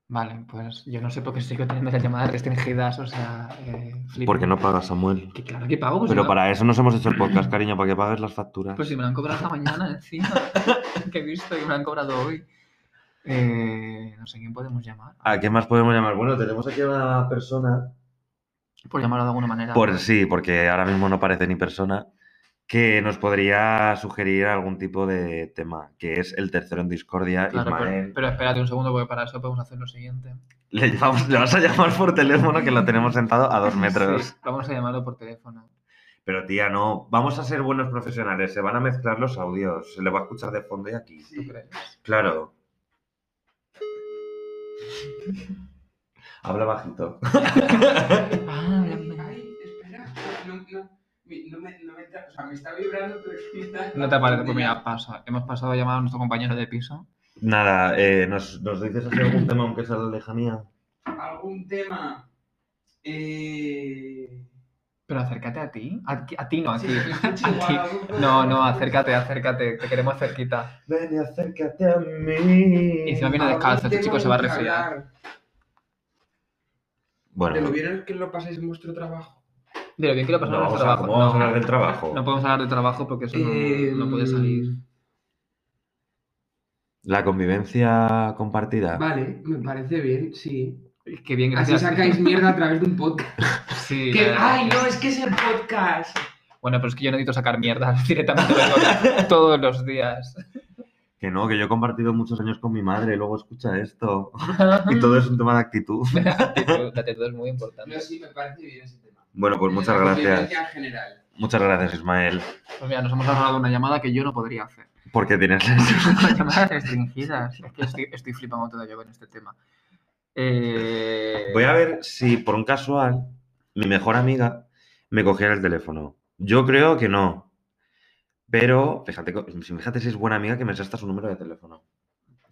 Speaker 2: Vale, pues yo no sé por qué sigo teniendo las llamadas restringidas, o sea, eh, flipo.
Speaker 1: Porque no pagas, Samuel.
Speaker 2: Que claro que pago, pues si
Speaker 1: Pero
Speaker 2: me-
Speaker 1: para eso nos hemos hecho el podcast, cariño, para que pagues las facturas.
Speaker 2: Pues si me lo han cobrado esta mañana encima. [laughs] que he visto que me lo han cobrado hoy. Eh, no sé quién podemos llamar.
Speaker 1: ¿A qué más podemos llamar? Bueno, tenemos aquí a una persona.
Speaker 2: Por llamarlo de alguna manera.
Speaker 1: Por sí, porque ahora mismo no parece ni persona. Que nos podría sugerir algún tipo de tema, que es el tercero en discordia.
Speaker 2: Claro,
Speaker 1: Ismael.
Speaker 2: pero, pero espérate un segundo, porque para eso podemos hacer lo siguiente.
Speaker 1: Le, llevamos- le vas a llamar por teléfono que lo tenemos sentado a dos metros.
Speaker 2: [laughs] Sí, vamos a llamarlo por teléfono.
Speaker 1: Pero tía, no. Vamos a ser buenos profesionales. Se van a mezclar los audios. Se le va a escuchar de fondo y aquí.
Speaker 2: ¿Tú crees?
Speaker 1: Claro.
Speaker 2: [laughs]
Speaker 1: Habla bajito.
Speaker 2: Ah,
Speaker 6: Ay, espera, no, no, mi- no me, no me entra- o sea, me está vibrando, pero es que me está...
Speaker 2: no te aparece, pues mira, pasa. Hemos pasado a llamar a nuestro compañero de piso.
Speaker 1: Nada, eh, ¿nos, nos dices así algún tema aunque sea de lejanía?
Speaker 6: ¿Algún tema? Eh...
Speaker 2: Pero acércate a ti. A, a ti no, a
Speaker 6: sí, [laughs]
Speaker 2: ti.
Speaker 6: me escucho igual, algún-
Speaker 2: No, no, acércate, acércate. Te queremos cerquita.
Speaker 1: Ven y acércate a mí.
Speaker 2: Y encima viene
Speaker 6: algún
Speaker 2: descalzo, este
Speaker 6: tema
Speaker 2: chico se va a
Speaker 6: del que
Speaker 2: resfriar.
Speaker 6: hablar. ¿Te
Speaker 1: Bueno,
Speaker 6: lo vieron que lo pasáis en vuestro trabajo?
Speaker 2: De lo bien que lo
Speaker 1: no,
Speaker 2: pasamos en
Speaker 1: vamos
Speaker 2: nuestro
Speaker 1: a,
Speaker 2: trabajo.
Speaker 1: ¿cómo vamos a
Speaker 2: No,
Speaker 1: hablar del trabajo?
Speaker 2: no podemos hablar de trabajo porque eso no,
Speaker 6: Eh, Em,
Speaker 2: no puede salir.
Speaker 1: La convivencia compartida.
Speaker 6: Vale, me parece bien, sí.
Speaker 2: Qué bien,
Speaker 6: mm, Así
Speaker 2: gracias.
Speaker 6: sacáis mierda a través de un podcast.
Speaker 2: Sí, la
Speaker 6: Que-
Speaker 2: verdad.
Speaker 6: ¡Ay, no! Es que es el podcast.
Speaker 2: Bueno, pero es que yo no necesito sacar mierdas [laughs] directamente vengo todos los días. [laughs]
Speaker 1: Que no, que yo he compartido muchos años con mi madre, luego escucha esto.
Speaker 2: Ah.
Speaker 1: y todo es un tema de actitud.
Speaker 2: La actitud, la actitud es muy importante.
Speaker 6: No, sí, me parece bien ese tema.
Speaker 1: Bueno, pues
Speaker 6: De
Speaker 1: muchas
Speaker 6: la
Speaker 1: gracias.
Speaker 6: convivencia en general.
Speaker 1: Muchas gracias, Ismael,
Speaker 2: Pues mira, nos hemos ahorrado una llamada que yo no podría [laughs] hacer.
Speaker 1: porque tienes
Speaker 2: Llamadas restringidas. Es que estoy, estoy flipando todo yo con este tema. Eh,
Speaker 1: Voy a ver si por un casual mi mejor amiga me cogiera el teléfono. Yo creo que no. Pero fíjate, co- fíjate si es buena amiga que me salta su número de teléfono.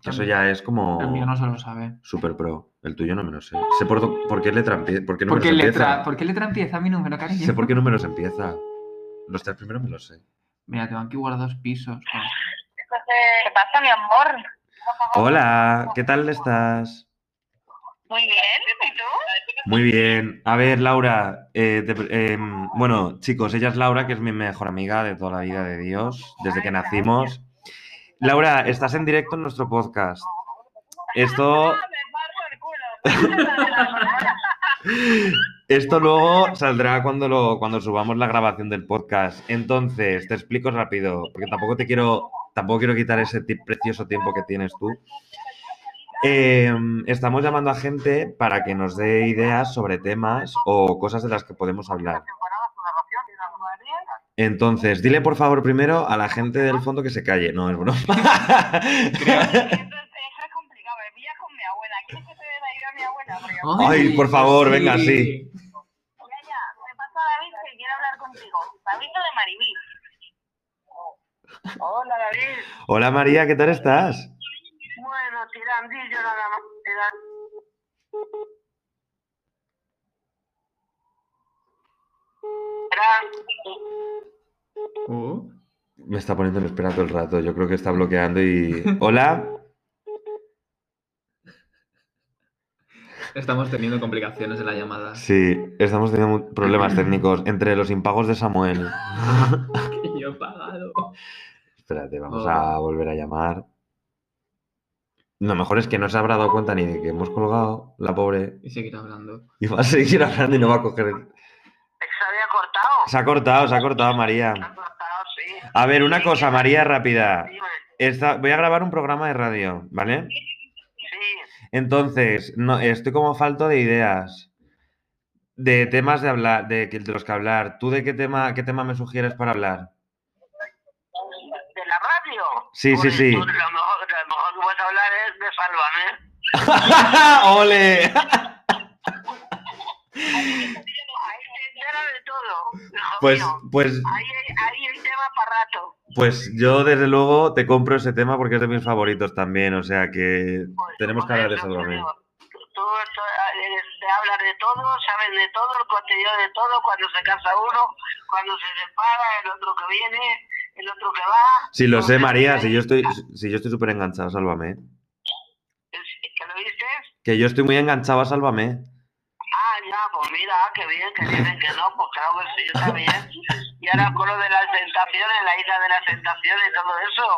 Speaker 1: Que Eso ya es
Speaker 2: El mío
Speaker 1: como
Speaker 2: no se lo sabe.
Speaker 1: super pro. El tuyo no me lo sé. Sé por, do- por qué letra empie- por qué
Speaker 2: ¿Por
Speaker 1: números
Speaker 2: qué, letra, [laughs]
Speaker 1: empieza.
Speaker 2: ¿Por qué letra empieza mi número, cariño?
Speaker 1: Sé por qué números empieza. Los tres primeros me los sé.
Speaker 2: Mira, tengo aquí guardados pisos. Bueno,
Speaker 5: Entonces, ¿qué pasa, mi amor?
Speaker 1: Hola, ¿qué tal estás?
Speaker 5: Muy bien, ¿y tú?
Speaker 1: Muy bien. A ver, Laura. eh, te pre- em, bueno, chicos, ella es Laura, que es mi mejor amiga de toda la vida de Dios, desde que nacimos. Laura, estás en directo en nuestro podcast. Esto,
Speaker 5: Ah, me parto el culo.
Speaker 1: esto luego saldrá cuando, lo, cuando subamos la grabación del podcast. Entonces, te explico rápido, porque tampoco te quiero, tampoco quiero quitar ese ti- precioso tiempo que tienes tú. Eh, estamos llamando a gente para que nos dé ideas sobre temas o cosas de las que podemos hablar.
Speaker 5: ¿eh?
Speaker 1: Entonces, dile por favor primero a la gente del fondo que se calle. No, es broma.
Speaker 5: Entonces, eso es complicado, me pillas con mi abuela. ¿Quieres que te dé la idea a mi abuela? Porque yo-
Speaker 1: Ay, por favor, venga, sí.
Speaker 5: Mira ya, me pasa David que quiere hablar contigo. David o de Maribí.
Speaker 4: Hola, David.
Speaker 1: [laughs] Hola María, ¿qué tal estás?
Speaker 4: Bueno, tirandillo nada más. tiran- Era-
Speaker 2: Uh,
Speaker 1: Me está poniendo en espera todo el rato. Yo creo que está bloqueando y. Hola.
Speaker 2: estamos teniendo complicaciones en la [laughs] llamada.
Speaker 1: Sí, estamos teniendo mu- problemas técnicos entre los impagos de Samuel.
Speaker 2: Que yo he pagado.
Speaker 1: Espérate, vamos a volver a llamar. Lo mejor es que no se habrá dado cuenta ni de que hemos colgado, la pobre.
Speaker 2: Y seguir hablando.
Speaker 1: Y va a seguir hablando y no va a coger. el-
Speaker 4: Se había cortado.
Speaker 1: Se ha cortado, se ha cortado
Speaker 4: Se ha
Speaker 1: María.
Speaker 4: cortado, sí.
Speaker 1: A ver, una cosa, María, rápida.
Speaker 4: Sí,
Speaker 1: Esta- Voy a grabar un programa de radio, ¿vale?
Speaker 4: sí.
Speaker 1: Entonces, no, estoy como falto de ideas. De temas de hablar, de, que- de los que hablar. ¿Tú de qué tema, qué tema me sugieres para hablar?
Speaker 4: ¿De la radio?
Speaker 1: Sí, sí,
Speaker 4: Pues
Speaker 1: sí.
Speaker 4: tú, Lo mejor, lo mejor que puedes hablar es eh, de
Speaker 1: [laughs]
Speaker 4: Sálvame. [laughs]
Speaker 1: ¡Ole!
Speaker 4: Ahí se entera de todo. hijo
Speaker 1: Pues,
Speaker 4: mío.
Speaker 1: pues,
Speaker 4: Ahí, ahí el tema para rato.
Speaker 1: pues yo desde luego te compro ese tema porque es de mis favoritos también, o sea que
Speaker 4: Pues,
Speaker 1: tenemos que
Speaker 4: hombre,
Speaker 1: hablar de eso
Speaker 4: no,
Speaker 1: también.
Speaker 4: pero Tú, tú eh, eres de hablar de todo, sabes de todo, el contenido de todo, cuando se casa uno, cuando se separa, el otro que viene, el otro que va.
Speaker 1: Si lo sé,
Speaker 4: Entonces,
Speaker 1: María, si yo estoy
Speaker 4: es-
Speaker 1: si yo estoy súper enganchado, sálvame. ¿eh?
Speaker 4: ¿Que lo viste?
Speaker 1: Que yo estoy muy enganchado a Sálvame.
Speaker 4: Ah, ya, pues mira, qué bien, que dicen que no, pues claro que sí, yo también.
Speaker 1: [laughs]
Speaker 4: Y ahora con lo de las tentaciones, la isla de las tentaciones y todo eso.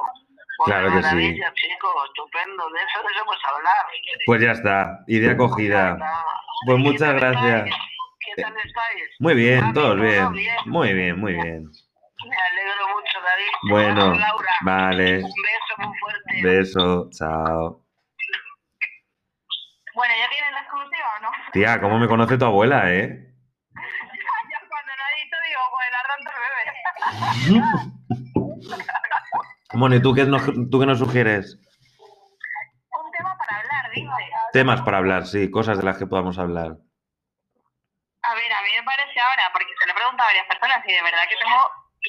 Speaker 4: Pues
Speaker 1: Claro que sí.
Speaker 4: maravilla, chicos, estupendo, de eso, de eso pues hablar.
Speaker 1: Pues ya está, idea cogida. Pues
Speaker 4: ¿Y qué
Speaker 1: muchas
Speaker 4: tal
Speaker 1: gracias.
Speaker 4: estáis? ¿Qué tal estáis?
Speaker 1: Muy bien,
Speaker 4: Mami,
Speaker 1: todos
Speaker 4: todo
Speaker 1: bien.
Speaker 4: bien.
Speaker 1: Muy bien, muy bien.
Speaker 4: Me alegro mucho, David. Te
Speaker 1: Bueno, eh,
Speaker 4: amo, Laura.
Speaker 1: vale.
Speaker 4: Un beso muy fuerte.
Speaker 1: Beso, chao.
Speaker 5: Bueno, ¿ya tienen la exclusiva o no? [laughs]
Speaker 1: Tía, ¿cómo me conoce tu abuela, eh?
Speaker 5: Yo cuando lo he dicho digo, pues la arranco el bebé.
Speaker 1: Bueno, ¿y tú qué, nos, tú qué nos sugieres?
Speaker 5: Un tema para hablar, dice.
Speaker 1: Temas para hablar, sí, cosas de las que podamos hablar.
Speaker 5: A ver, a mí me parece ahora, porque se lo he preguntado a varias personas y de verdad que tengo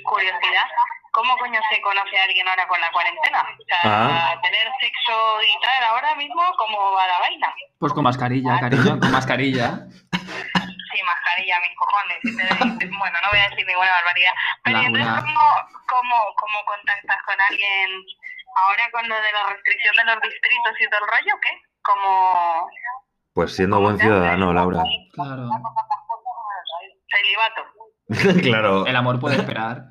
Speaker 5: curiosidad, ¿cómo coño se conoce a alguien ahora con la cuarentena? O sea,
Speaker 1: Ah.
Speaker 5: tener sexo y tal, ahora mismo, ¿cómo va la vaina?
Speaker 2: Pues con [laughs] mascarilla, cariño, con mascarilla.
Speaker 5: Sí, mascarilla, mis cojones. [laughs] y te- bueno, no voy a decir ninguna barbaridad. Pero
Speaker 2: La
Speaker 5: entonces,
Speaker 2: una-
Speaker 5: ¿cómo, cómo, cómo contactas con alguien ahora con lo de la restricción de los distritos y todo el rollo? ¿Qué? ¿Como
Speaker 1: Pues siendo buen ciudadano, Laura. [laughs]
Speaker 2: Claro.
Speaker 5: celibato?
Speaker 1: claro,
Speaker 2: El amor puede esperar.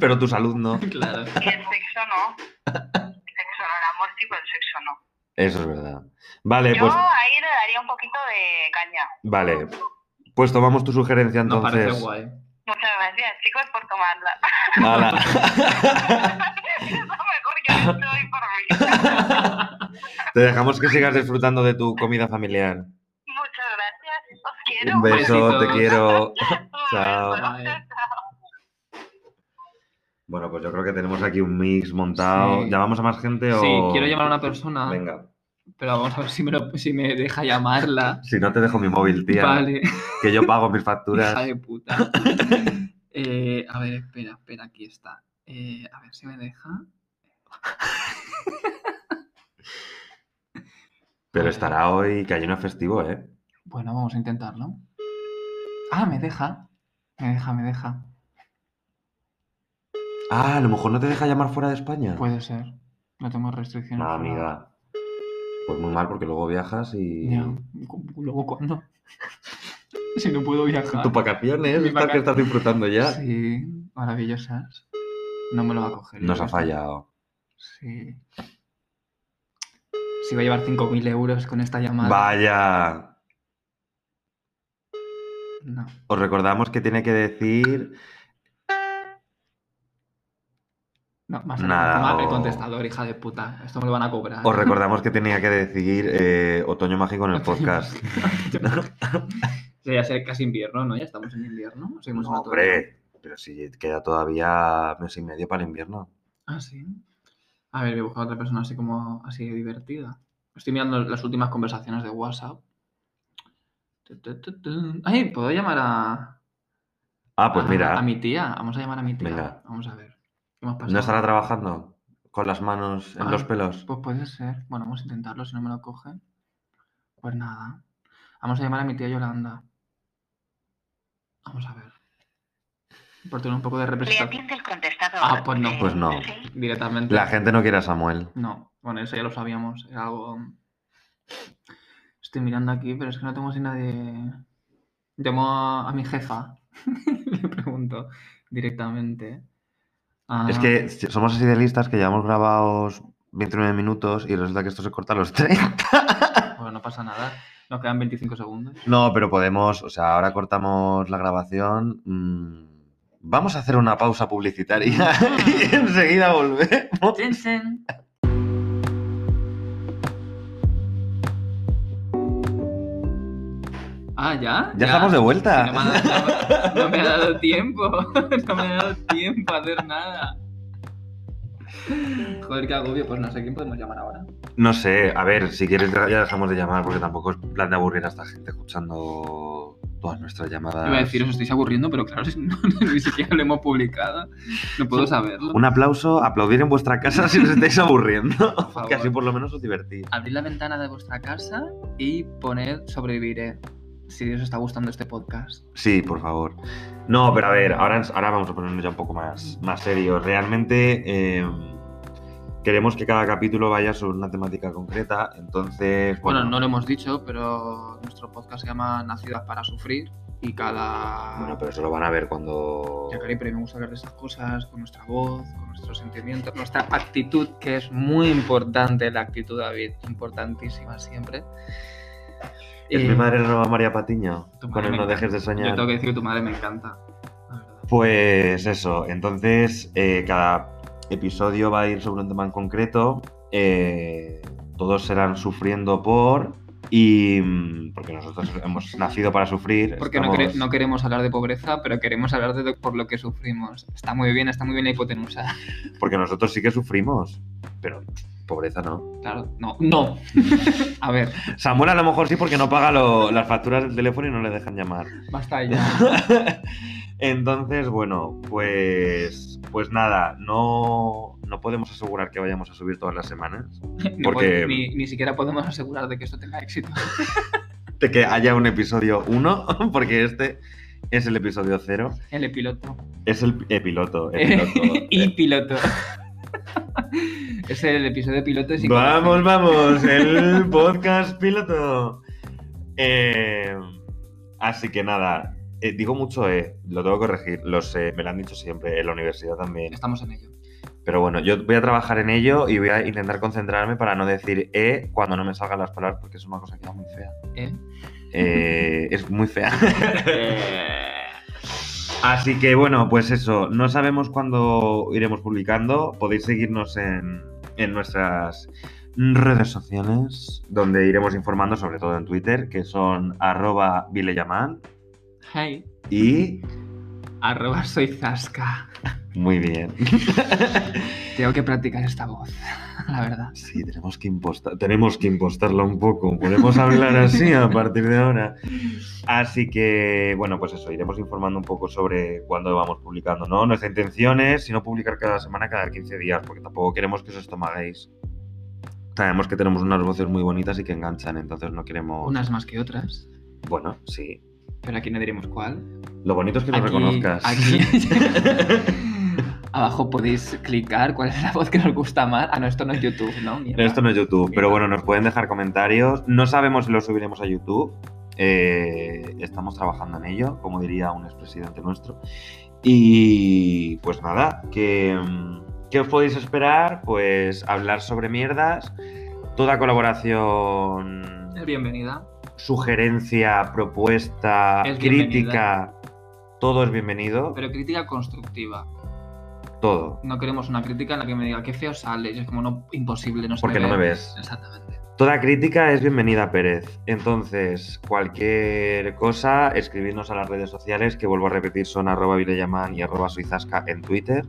Speaker 1: pero tu salud no.
Speaker 2: [laughs] Claro.
Speaker 5: Y el sexo no. El sexo no, el amor sí, pero el sexo no.
Speaker 1: Eso es verdad. Vale,
Speaker 5: Yo
Speaker 1: pues,
Speaker 5: ahí le daría un poquito de caña.
Speaker 1: vale. Pues tomamos tu sugerencia
Speaker 2: Nos
Speaker 1: entonces. [laughs]
Speaker 2: parece guay.
Speaker 5: Muchas gracias, chicos, por tomarla. [laughs]
Speaker 1: Hala.
Speaker 5: es lo mejor que yo estoy por mí.
Speaker 1: [laughs] Te dejamos que sigas disfrutando de tu comida familiar.
Speaker 5: Muchas gracias, os quiero.
Speaker 1: Un beso, te
Speaker 2: Besitos.
Speaker 1: quiero. [laughs] Chao.
Speaker 5: Pues
Speaker 2: Bye.
Speaker 1: Bueno, pues yo creo que tenemos aquí un mix montado.
Speaker 2: Sí.
Speaker 1: ¿Llamamos a más gente o...?
Speaker 2: Sí, quiero llamar a una persona,
Speaker 1: Venga.
Speaker 2: pero vamos a ver si me, lo- si me deja llamarla.
Speaker 1: Si no, te dejo mi móvil, tía.
Speaker 2: Vale, [laughs]
Speaker 1: Que yo pago mis
Speaker 2: hija
Speaker 1: facturas.
Speaker 2: de puta. [laughs] Eh, a ver, espera, espera, aquí está. Eh, a ver si me deja.
Speaker 1: Pero estará hoy, que hay una festivo, ¿eh?
Speaker 2: Bueno, vamos a intentarlo. Ah, me deja. Me deja, me deja.
Speaker 1: Ah, a lo mejor no te deja llamar fuera de España.
Speaker 2: Puede ser. Pues No tengo restricciones.
Speaker 1: Nada, Ah, amiga. Pues muy mal, porque luego viajas y...
Speaker 2: Ya. cu- Luego cuándo. [laughs] si no puedo viajar.
Speaker 1: Tus vacaciones,
Speaker 2: Mis
Speaker 1: estas que
Speaker 2: vacaciones.
Speaker 1: estás disfrutando ya.
Speaker 2: Sí, maravillosas. No me lo va a coger.
Speaker 1: Nos
Speaker 2: yo
Speaker 1: ha
Speaker 2: creo.
Speaker 1: fallado.
Speaker 2: Sí. Si va a llevar 5.000 euros con esta llamada.
Speaker 1: Vaya.
Speaker 2: No.
Speaker 1: Os recordamos que tiene que decir...
Speaker 2: No, más
Speaker 1: Nada,
Speaker 2: Nada, el
Speaker 1: o-
Speaker 2: contestador, hija de puta. Esto me lo van a cobrar.
Speaker 1: Os recordamos que tenía que decir eh, Otoño Mágico
Speaker 2: [laughs]
Speaker 1: en el podcast.
Speaker 2: Sí, ya ser casi invierno, ¿no? Ya estamos en invierno. Seguimos en
Speaker 1: No,
Speaker 2: otoño.
Speaker 1: hombre, pero si queda todavía mes y medio para el invierno.
Speaker 2: Ah, sí. A ver, voy a buscar a otra persona así como así de divertida. Estoy mirando las últimas conversaciones de WhatsApp. Tu, tu, tu, tu. Ay, ¿puedo llamar a,
Speaker 1: Ah, pues
Speaker 2: a-
Speaker 1: mira,
Speaker 2: a mi tía? Vamos a llamar a mi tía.
Speaker 1: Venga.
Speaker 2: Vamos a ver. ¿Qué más pasa?
Speaker 1: ¿no estará trabajando con las manos en
Speaker 2: Ah.
Speaker 1: los pelos?
Speaker 2: Pues puede ser. Bueno, vamos a intentarlo, si no me lo coge. Pues nada. Vamos a llamar a mi tía Yolanda. Vamos a ver. Por tener un poco de representación.
Speaker 5: el
Speaker 2: pues
Speaker 5: contestador.
Speaker 2: Ah, pues no.
Speaker 1: Pues no.
Speaker 2: Directamente.
Speaker 1: La gente no quiere a Samuel.
Speaker 2: No, bueno, eso ya lo sabíamos. Era algo. um, Estoy mirando aquí, pero es que no tengo así nadie. Llamo a, a mi jefa. [laughs] Le pregunto directamente. Ah,
Speaker 1: Es que somos así de listas que llevamos grabados 29 minutos y resulta que esto se corta a los [laughs] 30.
Speaker 2: Ah, Bueno, no pasa nada. Nos quedan 25 segundos.
Speaker 1: No, pero podemos, o sea, ahora cortamos la grabación. mm, Vamos a hacer una pausa publicitaria [laughs] y enseguida volvemos.
Speaker 2: Ah, ya.
Speaker 1: Ya estamos de vuelta.
Speaker 2: No me, ha [laughs] dado, no me ha dado tiempo. No me ha dado tiempo a hacer nada. Joder, qué agobio. Pues no sé quién podemos llamar ahora.
Speaker 1: No sé, a ver, si quieres ya dejamos de llamar porque tampoco es plan de aburrir a esta gente escuchando todas nuestras llamadas.
Speaker 2: Iba a decir, os estáis aburriendo, pero claro, [laughs] si no, ni siquiera lo hemos publicado. No puedo saberlo.
Speaker 1: Un aplauso, aplaudir en vuestra casa si os estáis aburriendo.
Speaker 2: favor.
Speaker 1: que así [laughs] por lo menos os divertís.
Speaker 2: Abrid la ventana de vuestra casa y poned sobreviviré. Si os está gustando este podcast.
Speaker 1: Sí, por favor. No, pero a ver, ahora, ahora vamos a ponernos ya un poco más, más serios. Realmente eh, queremos que cada capítulo vaya sobre una temática concreta, entonces...
Speaker 2: Bueno, no lo hemos dicho, pero nuestro podcast se llama Nacidas para Sufrir y cada...
Speaker 1: Bueno, pero eso lo van a ver cuando...
Speaker 2: Ya, Cari, pero me gusta hablar de estas cosas con nuestra voz, con nuestros sentimientos, nuestra actitud, que es muy importante, la actitud, David, importantísima siempre.
Speaker 1: Es
Speaker 2: Eh,
Speaker 1: mi madre la nueva María Patiño,
Speaker 2: tu
Speaker 1: con
Speaker 2: madre
Speaker 1: el
Speaker 2: me
Speaker 1: No dejes de
Speaker 2: Yo
Speaker 1: soñar.
Speaker 2: tengo que decir que tu madre me encanta. la verdad.
Speaker 1: Pues eso, entonces eh, cada episodio va a ir sobre un tema en concreto. eh, todos serán sufriendo por y mm, porque nosotros hemos nacido para sufrir.
Speaker 2: Porque no,
Speaker 1: estamos-
Speaker 2: quere- no queremos hablar de pobreza, pero queremos hablar de lo- por lo que sufrimos. Está muy bien, está muy bien la hipotenusa. [laughs]
Speaker 1: porque nosotros sí que sufrimos, pero pobreza no.
Speaker 2: Claro, no, no.
Speaker 1: [laughs]
Speaker 2: A ver,
Speaker 1: Samuel a lo mejor sí porque no paga lo- las facturas del teléfono y no le dejan llamar. [laughs]
Speaker 2: basta ya.
Speaker 1: Entonces, bueno, pues pues nada, no, no podemos asegurar que vayamos a subir todas las semanas.
Speaker 2: No
Speaker 1: Porque-
Speaker 2: pod- ni, ni siquiera podemos asegurar de que esto tenga éxito. [laughs]
Speaker 1: de que haya un episodio 1, [laughs] porque este es el episodio 0.
Speaker 2: El piloto.
Speaker 1: Es el eh, piloto.
Speaker 2: [laughs]
Speaker 1: el piloto.
Speaker 2: y piloto. [laughs] es el episodio piloto de psicología.
Speaker 1: vamos, vamos, el podcast piloto. Eh, así que nada, eh, digo mucho E, lo tengo que corregir, lo sé, me lo han dicho siempre, en la universidad también.
Speaker 2: Estamos en ello.
Speaker 1: Pero bueno, yo voy a trabajar en ello y voy a intentar concentrarme para no decir E cuando no me salgan las palabras, porque es una cosa que da muy fea.
Speaker 2: ¿eh?
Speaker 1: Eh, es muy fea. Así que bueno, pues eso, no sabemos cuándo iremos publicando. Podéis seguirnos en, en nuestras redes sociales, donde iremos informando, sobre todo en Twitter, que son arroba vileyaman
Speaker 2: Hey,
Speaker 1: y...
Speaker 2: arroba soy Zasca.
Speaker 1: Muy bien.
Speaker 2: Tengo que practicar esta voz, [laughs] la verdad.
Speaker 1: Sí, tenemos que, impostar, tenemos que impostarla un poco. Podemos hablar así a partir de ahora. Así que, bueno, pues eso, iremos informando un poco sobre cuándo vamos publicando, ¿no? Nuestra intención es, si no publicar cada semana, cada 15 días, porque tampoco queremos que os estomaguéis. Sabemos que tenemos unas voces muy bonitas y que enganchan, entonces no queremos...
Speaker 2: Unas más que otras,
Speaker 1: Bueno, sí.
Speaker 2: pero aquí no diremos cuál.
Speaker 1: Lo bonito es que nos
Speaker 2: Aquí-
Speaker 1: reconozcas. [laughs]
Speaker 2: Aquí. Abajo podéis clicar cuál es la voz que nos gusta más. Ah, no, esto no es YouTube, ¿no? Mierda.
Speaker 1: Esto no es YouTube, pero
Speaker 2: Mira.
Speaker 1: bueno, nos pueden dejar comentarios. No sabemos si lo subiremos a YouTube. Eh, estamos trabajando en ello, como diría un expresidente nuestro. Y pues nada, que, mm, ¿qué os podéis esperar? Pues hablar sobre mierdas, toda colaboración,
Speaker 2: Es bienvenida.
Speaker 1: sugerencia, propuesta,
Speaker 2: Es
Speaker 1: crítica, todo es bienvenido,
Speaker 2: Pero crítica constructiva.
Speaker 1: todo.
Speaker 2: No queremos una crítica en la que me diga qué feo sale. Yo es como no, imposible, no se
Speaker 1: Porque no me ves.
Speaker 2: Exactamente.
Speaker 1: Toda crítica es bienvenida, Pérez. Entonces, cualquier cosa, escribidnos a las redes sociales, que vuelvo a repetir, son arroba vileyaman y arroba suizasca en Twitter.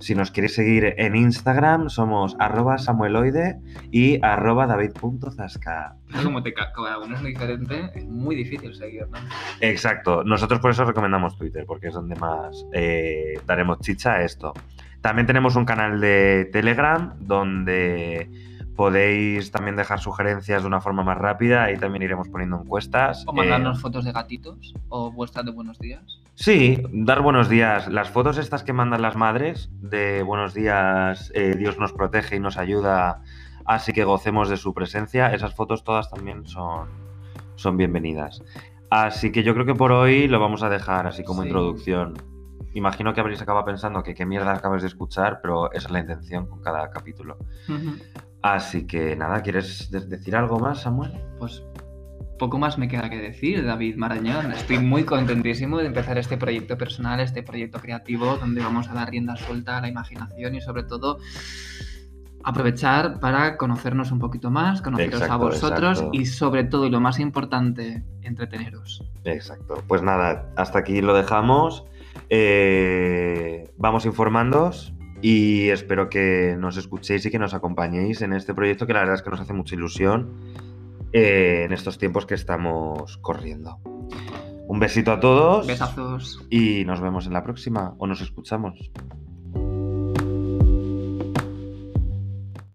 Speaker 1: Si nos queréis seguir en Instagram, somos arroba samueloide y arroba david.zasca.
Speaker 2: Es como te ca- cada uno es diferente, es muy difícil seguir, ¿no?
Speaker 1: Exacto. Nosotros por eso recomendamos Twitter, porque es donde más eh, daremos chicha a esto. También tenemos un canal de Telegram donde podéis también dejar sugerencias de una forma más rápida. Ahí también iremos poniendo encuestas.
Speaker 2: O
Speaker 1: Eh,
Speaker 2: mandarnos fotos de gatitos o vuestras de buenos días.
Speaker 1: sí, dar buenos días. Las fotos estas que mandan las madres de buenos días, eh, Dios nos protege y nos ayuda, así que gocemos de su presencia. Esas fotos todas también son, son bienvenidas. Así que yo creo que por hoy lo vamos a dejar así como
Speaker 2: Sí.
Speaker 1: introducción. Imagino que habréis acabado pensando que qué mierda acabas de escuchar, pero esa es la intención con cada capítulo.
Speaker 6: [laughs]
Speaker 1: Así que nada, ¿quieres de- decir algo más, Samuel?
Speaker 2: Pues poco más me queda que decir, David Marañón. Estoy muy contentísimo de empezar este proyecto personal, este proyecto creativo, donde vamos a dar rienda suelta a la imaginación y sobre todo aprovechar para conocernos un poquito más, conoceros a
Speaker 1: Exacto,
Speaker 2: vosotros
Speaker 1: exacto.
Speaker 2: y sobre todo, y lo más importante, entreteneros.
Speaker 1: Exacto. Pues nada, hasta aquí lo dejamos. Eh, vamos informándoos Y espero que nos escuchéis y que nos acompañéis en este proyecto que la verdad es que nos hace mucha ilusión eh, en estos tiempos que estamos corriendo. Un besito a todos
Speaker 2: Besazos.
Speaker 1: y nos vemos en la próxima o nos escuchamos.